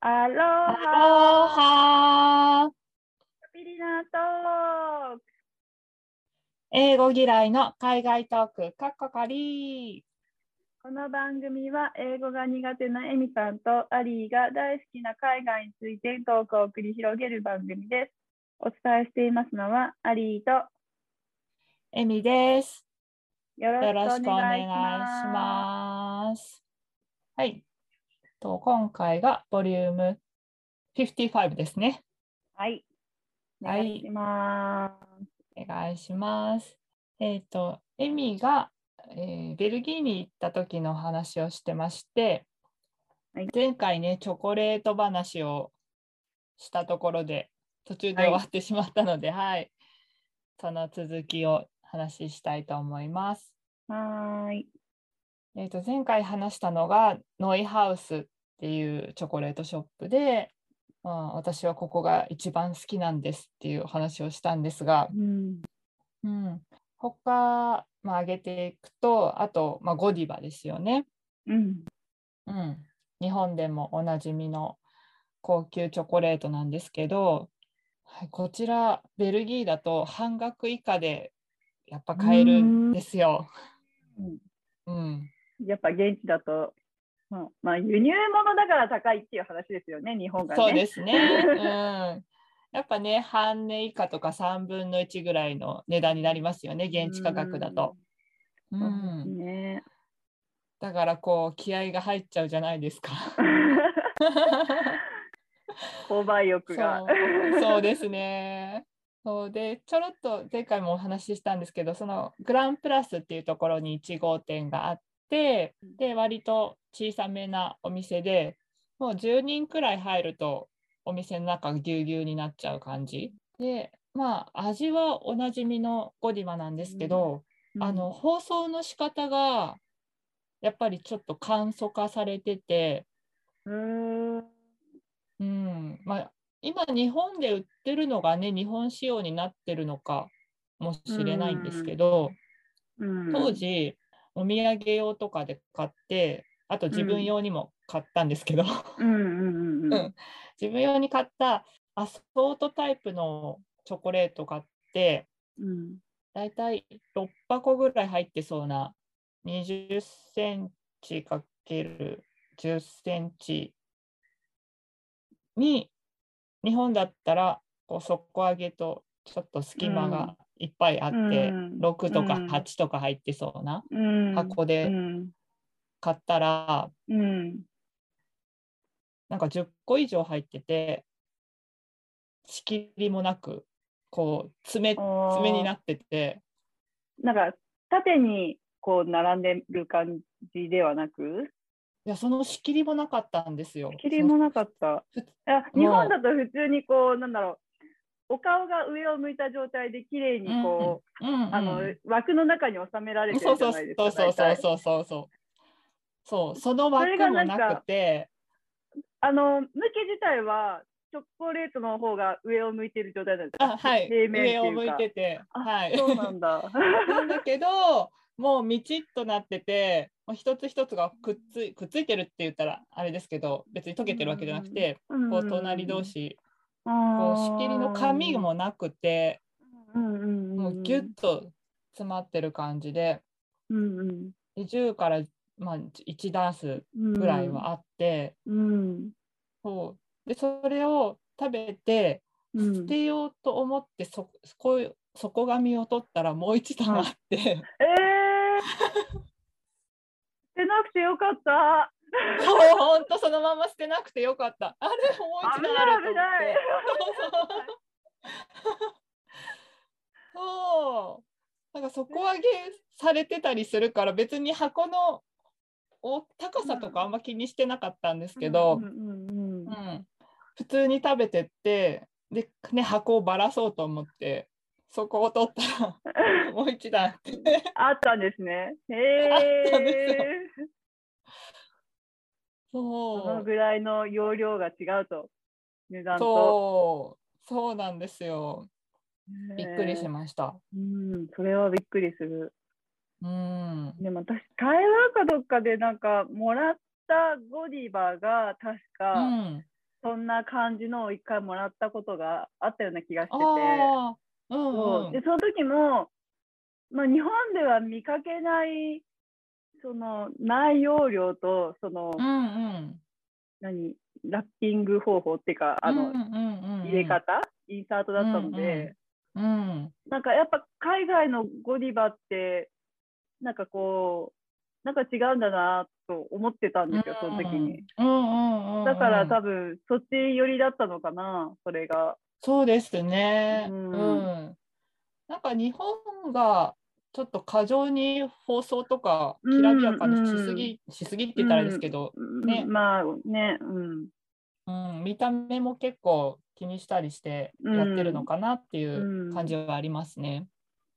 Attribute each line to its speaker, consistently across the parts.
Speaker 1: アロ
Speaker 2: アロ
Speaker 1: ハ
Speaker 2: ハ
Speaker 1: ピリナトーク
Speaker 2: 英語嫌いの海外トーク、カッコカリ
Speaker 1: この番組は英語が苦手なエミさんとアリーが大好きな海外についてトークを繰り広げる番組です。お伝えしていますのはアリーと
Speaker 2: ー。エミです。
Speaker 1: よろ
Speaker 2: よ
Speaker 1: し
Speaker 2: ろし
Speaker 1: く
Speaker 2: く
Speaker 1: お
Speaker 2: お
Speaker 1: 願
Speaker 2: 願
Speaker 1: い
Speaker 2: い
Speaker 1: し
Speaker 2: し
Speaker 1: ま
Speaker 2: ます。はい。と今回がボリューム55ですね。
Speaker 1: す。はい。お
Speaker 2: はい
Speaker 1: 願いします。
Speaker 2: お願いします。えっ、と、エミが、えーベルギーに行った時の話をしてまして、
Speaker 1: はい
Speaker 2: 前回ね、チョコレート話をしたところで、途中で
Speaker 1: はい
Speaker 2: 終わってしまったので、はい、その続きを話ししたいと思います。
Speaker 1: はーい。
Speaker 2: えー、と前回話したのがノイハウスっていうチョコレートショップで、まあ、私はここが一番好きなんですっていう話をしたんですが、
Speaker 1: うん。
Speaker 2: うん、他、まあ、挙げていくとあと、まあ、ゴディバですよね、
Speaker 1: うん。
Speaker 2: うん、日本でもおなじみの高級チョコレートなんですけど、はい、こちらベルギーだと半額以下でやっぱ買えるんですよ。
Speaker 1: うん
Speaker 2: うん、
Speaker 1: やっぱ現地だと、まあ、まあ、輸入物だから高いっていう話ですよね、日本がね。
Speaker 2: そうですね。 うん。やっぱね、半値以下とか3分の1ぐらいの値段になりますよね、現地価格だと。う
Speaker 1: うん。そうです
Speaker 2: ん。
Speaker 1: ね。
Speaker 2: だからこう、気合が入っちゃうじゃないですか。
Speaker 1: 購買欲が。
Speaker 2: そうそうですね。そうでちょろっと前回もお話ししたんですけどそのグランプラスっていうところに1号店があってで割と小さめなお店でもう10人くらい入るとお店の中ぎゅうぎゅうになっちゃう感じでまあ味はおなじみのゴディバなんですけど、
Speaker 1: うん
Speaker 2: あの、包装の仕方がやっぱりちょっと簡素化されてて。
Speaker 1: うーん。
Speaker 2: うん、まあ今日本で売ってるのがね日本仕様になってるのかもしれないんですけど、
Speaker 1: うん
Speaker 2: 当。時お土産用とかで買ってあと自分用にも買ったんですけど、
Speaker 1: うんうんうんう
Speaker 2: うんん。 自分用に買ったアソートタイプのチョコレート買って
Speaker 1: うん。
Speaker 2: だいたい6箱ぐらい入ってそうな20センチかける10センチに日本だったらこう底上げとちょっと隙間がいっぱいあって、
Speaker 1: うん
Speaker 2: 6とか
Speaker 1: うん
Speaker 2: 8とか入ってそうな
Speaker 1: うん。
Speaker 2: 箱
Speaker 1: う
Speaker 2: で
Speaker 1: ん。
Speaker 2: 買ったら、
Speaker 1: うん。
Speaker 2: なんか10個以上入ってて仕切りもなくこう爪爪にな
Speaker 1: っ
Speaker 2: ってて。
Speaker 1: なんか、縦にこう並んでる感じではなく、
Speaker 2: いやその仕切りもなかったんですよ。
Speaker 1: 切りもなかった。
Speaker 2: ふ
Speaker 1: いや日本だと普通にこう、なんだろう、お顔が上を向いた状態で綺麗にこう、
Speaker 2: その、うんうん
Speaker 1: あの枠の中に収められて
Speaker 2: そ
Speaker 1: る
Speaker 2: う
Speaker 1: じ
Speaker 2: そ
Speaker 1: ゃ
Speaker 2: う
Speaker 1: ないです
Speaker 2: そ
Speaker 1: か。
Speaker 2: うそうそう
Speaker 1: 大体
Speaker 2: そうそうそうそうその
Speaker 1: そ
Speaker 2: 枠
Speaker 1: れがな
Speaker 2: も
Speaker 1: んか
Speaker 2: なくて
Speaker 1: あの向き自体はチョコレートの方が上を向いてる状態なんですか
Speaker 2: あはい
Speaker 1: 平面っていう
Speaker 2: 上
Speaker 1: か
Speaker 2: を向いてて
Speaker 1: あ
Speaker 2: はい
Speaker 1: そうなんだ。
Speaker 2: なんだけどもうみちっとなっててもう一つ一つがくっついくっついてるって言ったらあれですけど別に溶けてるわけじゃなくてこう隣同士こう仕切りの紙もなくても
Speaker 1: も
Speaker 2: うギュッと詰まってる感じで
Speaker 1: ぐ
Speaker 2: で10から、まあ、1ダンスぐらいはあって、
Speaker 1: うん
Speaker 2: そうでそれを食べて
Speaker 1: うん
Speaker 2: 捨てようと思ってそそこ底紙を取ったらもう一段あっ
Speaker 1: え
Speaker 2: て、
Speaker 1: ー、捨てなくてよかった。
Speaker 2: そうほんとそのまま捨てなくてよかったあれもう一段あると思っ
Speaker 1: 危ない
Speaker 2: てそうそうなんか底上げされてたりするから別に箱のお高さとかあんま気にしてなかったんですけど、
Speaker 1: うんうんうん
Speaker 2: うん、普通に食べてってで、ね、箱をばらそうと思ってそこを取った らもう一段あって
Speaker 1: あったんですね。へ
Speaker 2: あったんですよ
Speaker 1: え。そ
Speaker 2: そ
Speaker 1: の
Speaker 2: う
Speaker 1: ぐらいの容量が違うと値段と。
Speaker 2: そうそうなんですよびっくりし
Speaker 1: す。
Speaker 2: ました、
Speaker 1: うん、それはびっくりする。
Speaker 2: うん
Speaker 1: でも私台湾かどっかでなんかもらったゴディバが確
Speaker 2: う
Speaker 1: か
Speaker 2: ん
Speaker 1: そんな感じのを一回もらったことがあったような気がしてて、
Speaker 2: ああ、うん
Speaker 1: そう
Speaker 2: うん
Speaker 1: でその時も、まあ、日本では見かけないその内容量とその、
Speaker 2: うんうん。
Speaker 1: 何ラッピング方法っていうかあの、
Speaker 2: うんうんうん、
Speaker 1: 入れ方インサートだったので、
Speaker 2: うんうん。
Speaker 1: なんかやっぱ海外のゴディバってなんかこうなんか違うんだなと思ってたんですよ、その時に。
Speaker 2: うんうんうんうん。
Speaker 1: だから多分そっち寄りだったのかなそれが。
Speaker 2: そうですね。
Speaker 1: う
Speaker 2: うんん。なんか日本がちょっと過剰に放送とかきらびやかにしすぎ、しすぎって言ったらあれですけど、ね
Speaker 1: まあね、うん。
Speaker 2: うん見た目も結構気にしたりしてやってるのかなってい
Speaker 1: んうん
Speaker 2: う感じはありますね。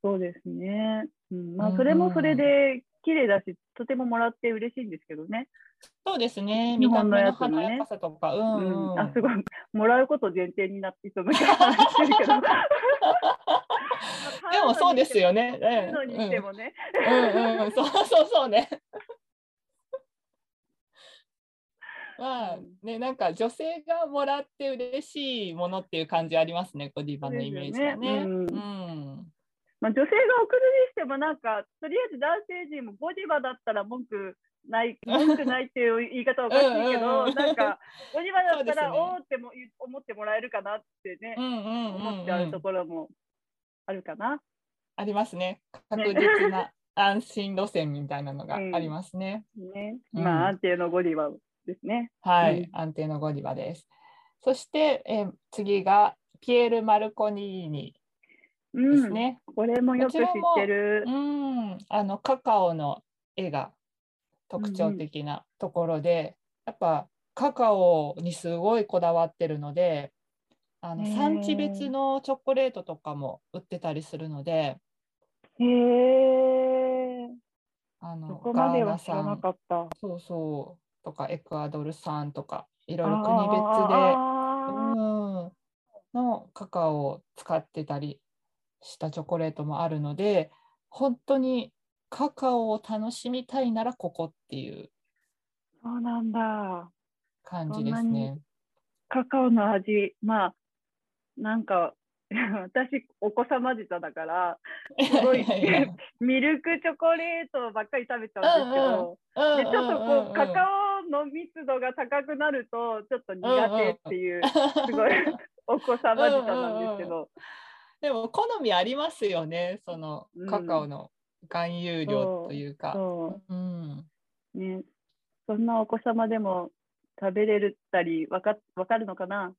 Speaker 1: そうですね。うん、ま
Speaker 2: う
Speaker 1: あ
Speaker 2: ん
Speaker 1: それもそれで綺麗だし、とてももらって嬉しいんですけどね。
Speaker 2: そうですね。
Speaker 1: 日
Speaker 2: 見た
Speaker 1: 本の
Speaker 2: 目
Speaker 1: や
Speaker 2: の
Speaker 1: つもね
Speaker 2: 華やかさとか、う、
Speaker 1: うんん
Speaker 2: うん。
Speaker 1: あすごい、もらうこと前提になっていつも話してるけど。
Speaker 2: でもそうですよね。
Speaker 1: 買うのにして
Speaker 2: う
Speaker 1: もね。
Speaker 2: んうん、そうそうそうね。まあね、なんか女性がもらって嬉しいものっていう感じありますね、ゴディバのイメージがね。
Speaker 1: そう
Speaker 2: う
Speaker 1: ですよね
Speaker 2: ん、
Speaker 1: まあ、女性が送るにしてもなんかとりあえず男性陣もゴディバだったら文句 ない文句ないっていう言い方はおかしいけど
Speaker 2: うんうんうん
Speaker 1: なんかゴディバだったら、
Speaker 2: そうですね
Speaker 1: おーっても思ってもらえるかなってね
Speaker 2: う、ん、うん、うん
Speaker 1: 思っちゃ
Speaker 2: う
Speaker 1: うと
Speaker 2: ん。
Speaker 1: ころもあるかな。
Speaker 2: ありますね。確実な安心路線みたいなのがありますね。
Speaker 1: ね
Speaker 2: うん
Speaker 1: まあ安定のゴディバですね。
Speaker 2: はい、
Speaker 1: うん
Speaker 2: 安定のゴディバです。そして、えー次がピエール・マルコニーニ
Speaker 1: う
Speaker 2: で
Speaker 1: ん、
Speaker 2: すね。
Speaker 1: これもよく知ってる
Speaker 2: う。ん、あのカカオの絵が特徴的なところで、やっぱカカオにすごいこだわってるので、あの
Speaker 1: へー
Speaker 2: 産地別のチョコレートとかも売ってたりするので、
Speaker 1: へえ。
Speaker 2: あ
Speaker 1: そ
Speaker 2: の
Speaker 1: こ
Speaker 2: ガ
Speaker 1: まで
Speaker 2: ー
Speaker 1: は
Speaker 2: ナ
Speaker 1: 知らな
Speaker 2: 産
Speaker 1: かった。
Speaker 2: そうそうとかエクアドル産とかいろいろ国別で。
Speaker 1: あー
Speaker 2: うん、のカカオを使ってたりしたチョコレートもあるので本当にカカオを楽しみたいならここっていう
Speaker 1: そうなんだ。
Speaker 2: 感じですね。
Speaker 1: カカオの味、まあ、なんか、 私、お子様舌だから、すごい
Speaker 2: いやいやいや
Speaker 1: ミルクチョコレートばっかり食べちゃうんですけど、
Speaker 2: うん
Speaker 1: でちょっとこう、カ
Speaker 2: オ
Speaker 1: カオの密度が高くなると、ちょっと苦手っていう、すごい お子様舌なんですけど、
Speaker 2: でも好みありますよねその
Speaker 1: うん
Speaker 2: カカオの含有量というか。
Speaker 1: そ
Speaker 2: うん
Speaker 1: う、ね、そんなお子様でも食べれるったり、わかわかるのかな、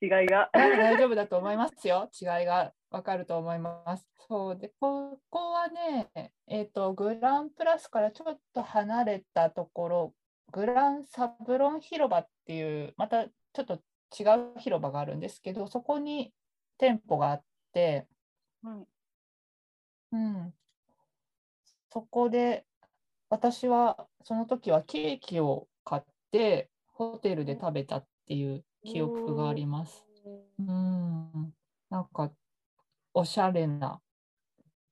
Speaker 1: 違いが。
Speaker 2: あ大丈夫だと思いますよ。 違いがわかると思います。そうで、ここはね、えっ、と、グランプラスからちょっと離れたところ、グランサブロン広場っていう、またちょっと違う広場があるんですけど、そこに店舗があって、
Speaker 1: うん
Speaker 2: うん、そこで私はその時はケーキを買って、ホテルで食べたっていう記憶があります。うん、なんかおしゃれな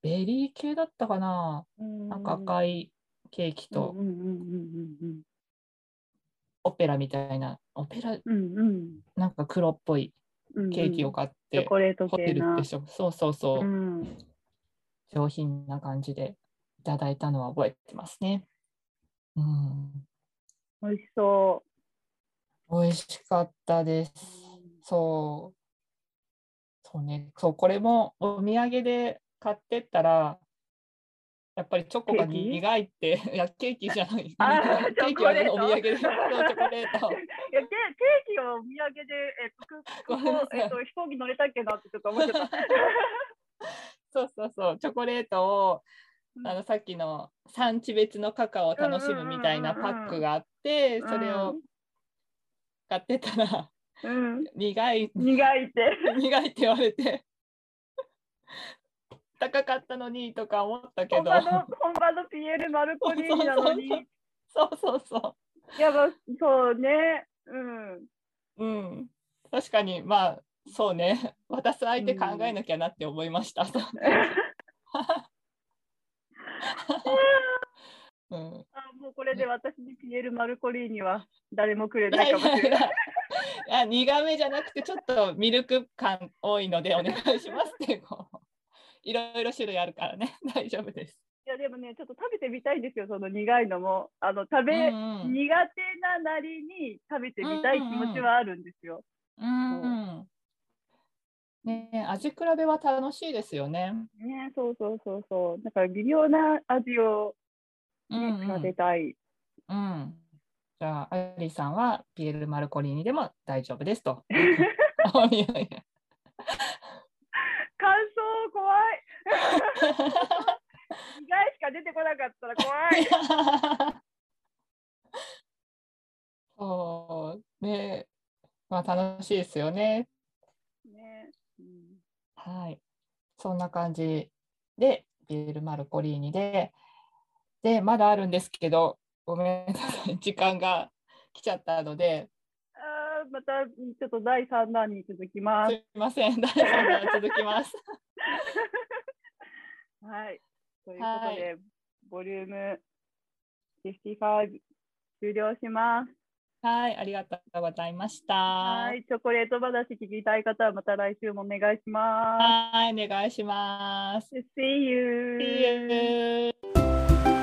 Speaker 2: ベリー系だったかな、なんか赤いケーキと
Speaker 1: うんうんうんうん
Speaker 2: オペラみたいな、オペラ
Speaker 1: うんうんうん
Speaker 2: なんか黒っぽい
Speaker 1: うんうん
Speaker 2: ケーキを買っ
Speaker 1: チョ
Speaker 2: て、
Speaker 1: コレート
Speaker 2: ホテ
Speaker 1: 系
Speaker 2: ル
Speaker 1: な
Speaker 2: でしょそうそうそう、
Speaker 1: うん、
Speaker 2: 上品な感じでいただいたのは覚えてますね。うん、
Speaker 1: 美味しそ
Speaker 2: 美味しかったです。そう。そうね。そう、これもお土産で買ってったら、やっぱりチョコが
Speaker 1: ケーキ
Speaker 2: 苦いって、 いや、ケーキじゃない。
Speaker 1: あ
Speaker 2: ケーキはね
Speaker 1: チョ
Speaker 2: お
Speaker 1: コ
Speaker 2: 土
Speaker 1: レート
Speaker 2: 産で、そうチョコレート
Speaker 1: う。。いやケケーキをお土産で、えっとく
Speaker 2: ごめんな
Speaker 1: こ
Speaker 2: さ
Speaker 1: こ
Speaker 2: い
Speaker 1: えっと、飛行機乗れたっけなってちょっと思ってた。
Speaker 2: そうそうそう、チョコレートを
Speaker 1: う、ん
Speaker 2: あの、さっきの産地別のカカオを楽しむみたいな
Speaker 1: うんう
Speaker 2: パ
Speaker 1: んうんうん
Speaker 2: ックがあって、それ
Speaker 1: う
Speaker 2: を
Speaker 1: ん
Speaker 2: 買ってたら、
Speaker 1: うん、
Speaker 2: 苦い、
Speaker 1: 苦いって。
Speaker 2: 苦いって言われて。 高かったのにとか思ったけ
Speaker 1: 本
Speaker 2: ど。
Speaker 1: 場の本場のピエール・マルコリーニなのに。
Speaker 2: そう
Speaker 1: い
Speaker 2: そうそうそ
Speaker 1: やば、そうね。うん。
Speaker 2: う。うん。確かに、まあ、そうね。渡す相手考えなきゃなって思いました。うん。
Speaker 1: あもうこれで私にピエール・マルコリーニは誰もくれないかもしれない。
Speaker 2: いやいやいや あ苦めじゃなくてちょっとミルク感多いのでお願いしますってこう いろいろ種類あるからね 大丈夫です。
Speaker 1: いやでもねちょっと食べてみたいんですよその苦いのもあの食べ、
Speaker 2: うんうん
Speaker 1: 苦手ななりに食べてみたい気持ちはあるんですよ。
Speaker 2: うんうんね、味比べは楽しいですよね。
Speaker 1: ねそうそうそうそうだから微妙な味を、
Speaker 2: う
Speaker 1: ね
Speaker 2: んう
Speaker 1: 食べ
Speaker 2: ん
Speaker 1: たい。
Speaker 2: うん、じゃあアリさんはピエール・マルコリーニでも大丈夫です と。いやい や
Speaker 1: 感想怖い苦いしか出てこなかったら怖 い。
Speaker 2: そうね、まあ楽しいですよね。
Speaker 1: ねうん
Speaker 2: はい、そんな感じでビール・マルコリーニででまだあるんですけどごめんなさい時間が来ちゃったので
Speaker 1: あーまたちょっと第3弾に続きますす。
Speaker 2: いません第3弾続きます。
Speaker 1: はい。ということで、ボリューム55終了します。
Speaker 2: はいありがとうございました。
Speaker 1: は
Speaker 2: はい
Speaker 1: い。チョコレート話聞きたい方はまた来週もお願いします。
Speaker 2: お願いします。
Speaker 1: See you!
Speaker 2: See you.